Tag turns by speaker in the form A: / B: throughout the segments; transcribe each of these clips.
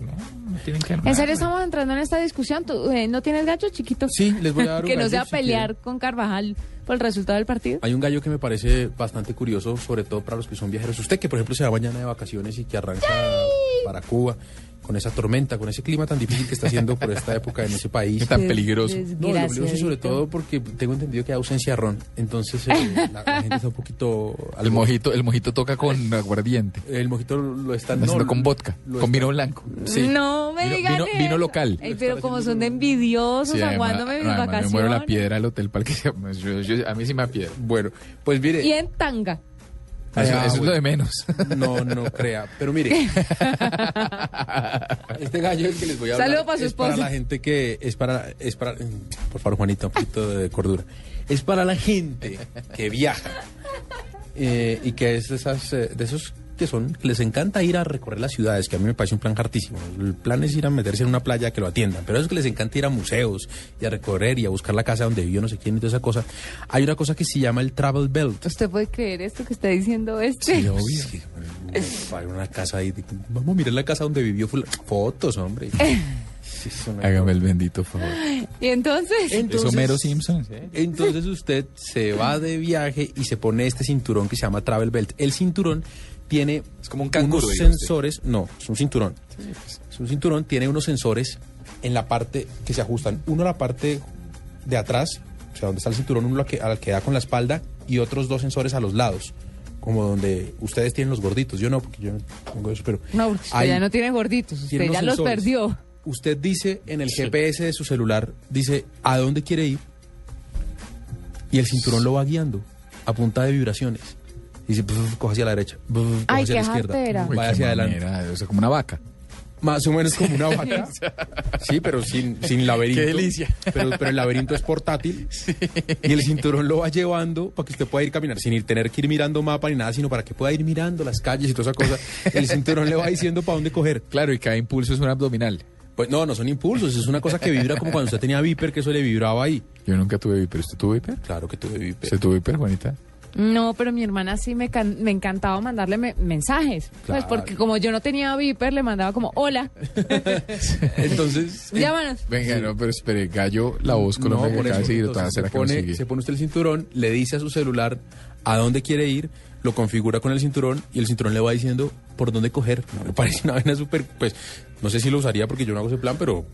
A: No, no tienen que armar.
B: ¿En serio estamos entrando en esta discusión? ¿Tú, eh, ¿No tienes gallo, chiquito?
C: Sí, les voy a dar un
B: Que no
C: gallo,
B: sea
C: si
B: pelear
C: quieren.
B: con Carvajal por el resultado del partido.
C: Hay un gallo que me parece bastante curioso, sobre todo para los que son viajeros. Usted que, por ejemplo, se va mañana de vacaciones y que arranca para Cuba con esa tormenta, con ese clima tan difícil que está haciendo por esta época en ese país.
A: Tan peligroso.
C: No, y lo peligroso sobre
B: Desgraciadito.
C: todo porque tengo entendido que hay ausencia de ron. Entonces eh, la, la gente está un poquito...
A: El mojito, el mojito toca con aguardiente.
C: El mojito lo, lo están...
A: Está haciendo
C: no,
A: con vodka,
C: lo
A: con vino
C: están-
A: blanco.
C: Sí.
B: No me
A: Vino-
B: digan
A: vino- vino
B: eso.
A: local.
B: Ey, pero como son de envidiosos,
A: Sí, además-
B: aguándome mis
A: no, además
B: vacaciones.
A: Me muero la piedra del hotel para que sea- pues, yo- yo- a mí sí me da piedra.
C: Bueno, pues mire...
B: Y en tanga.
C: Ah,
A: Eso, eso es
C: bueno.
A: lo de menos.
C: No, no crea. Pero mire, este gallo del que les voy a hablar
B: Saludo para su
C: es para
B: esposa.
C: la gente que es para es para por favor Juanita un poquito de cordura. Es para la gente que viaja eh, y que es de esas eh, de esos que son que les encanta ir a recorrer las ciudades, que a mí me parece un plan hartísimo. El plan es ir a meterse en una playa que lo atiendan, pero a esos que les encanta ir a museos y a recorrer y a buscar la casa donde vivió no sé quién y toda esa cosa. Hay una cosa que se llama el travel belt.
B: ¿Usted puede creer esto que está diciendo este?
C: Sí, obvio. Para una casa ahí. de- Vamos a mirar la casa donde vivió fulano. Fotos, hombre. Sí, es una-
A: Hágame el bendito favor.
B: Y entonces,
C: Entonces-
A: es Homero Simpson.
C: Entonces usted se va de viaje y se pone este cinturón que se llama Travel Belt. El cinturón tiene
A: Es como un canguro,
C: unos
A: diga usted.
C: sensores. No, es un cinturón.
B: pues.
C: Es un cinturón, tiene unos sensores en la parte que se ajustan. Uno a la parte de atrás, o sea, donde está el cinturón, uno al que, al que da con la espalda, y otros dos sensores a los lados. Como donde ustedes tienen los gorditos. Yo no, porque yo no tengo eso, pero.
B: no, porque usted
C: hay-
B: ya no tiene gorditos, usted
C: tiene unos
B: ya los
C: sensores.
B: perdió.
C: Usted dice en el GPS de su celular, dice a dónde quiere ir y el cinturón lo va guiando a punta de vibraciones. Dice, "Buf, coja hacia la derecha, buf, coja
B: Ay,
C: hacia la
B: qué jartera.
C: izquierda,
A: Uy,
C: vaya
A: qué
C: hacia adelante.
A: manera, O sea, como una vaca.
C: Más o menos como una vaca. Sí, pero sin, sin laberinto.
A: Qué delicia.
C: Pero, pero el laberinto es portátil. Y el cinturón lo va llevando para que usted pueda ir caminar sin ir, tener que ir mirando mapa ni nada, sino para que pueda ir mirando las calles y toda esa cosa. El cinturón le va diciendo para dónde coger.
A: Claro, y cada impulso es un abdominal.
C: Pues no, no son impulsos, es una cosa que vibra como cuando usted tenía Viper, que eso le vibraba ahí.
A: Yo nunca tuve viper. ¿Usted tuvo viper?
C: Claro que tuve Viper.
A: ¿Usted tuvo viper, Juanita?
B: No, pero mi hermana sí me, can- me encantaba mandarle me- mensajes. Pues
C: Claro.
B: porque como yo no tenía Viper, le mandaba como, hola,
C: Entonces, eh,
B: llámanos.
A: Venga, no, pero espere, gallo, la voz colombiana Pues que
C: no, por
A: acaba de
C: eso,
A: seguir,
C: entonces
A: ¿será
C: se,
A: que nos
C: pone,
A: sigue?
C: se pone usted el cinturón, le dice a su celular a dónde quiere ir, lo configura con el cinturón y el cinturón le va diciendo por dónde coger. No, me parece una vaina súper, pues, no sé si lo usaría porque yo no hago ese plan, pero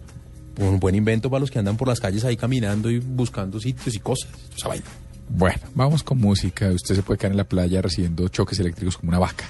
C: un buen invento para los que andan por las calles ahí caminando y buscando sitios y cosas. Esa vaina.
A: Bueno, vamos con música. Usted se puede caer en la playa recibiendo choques eléctricos como una vaca.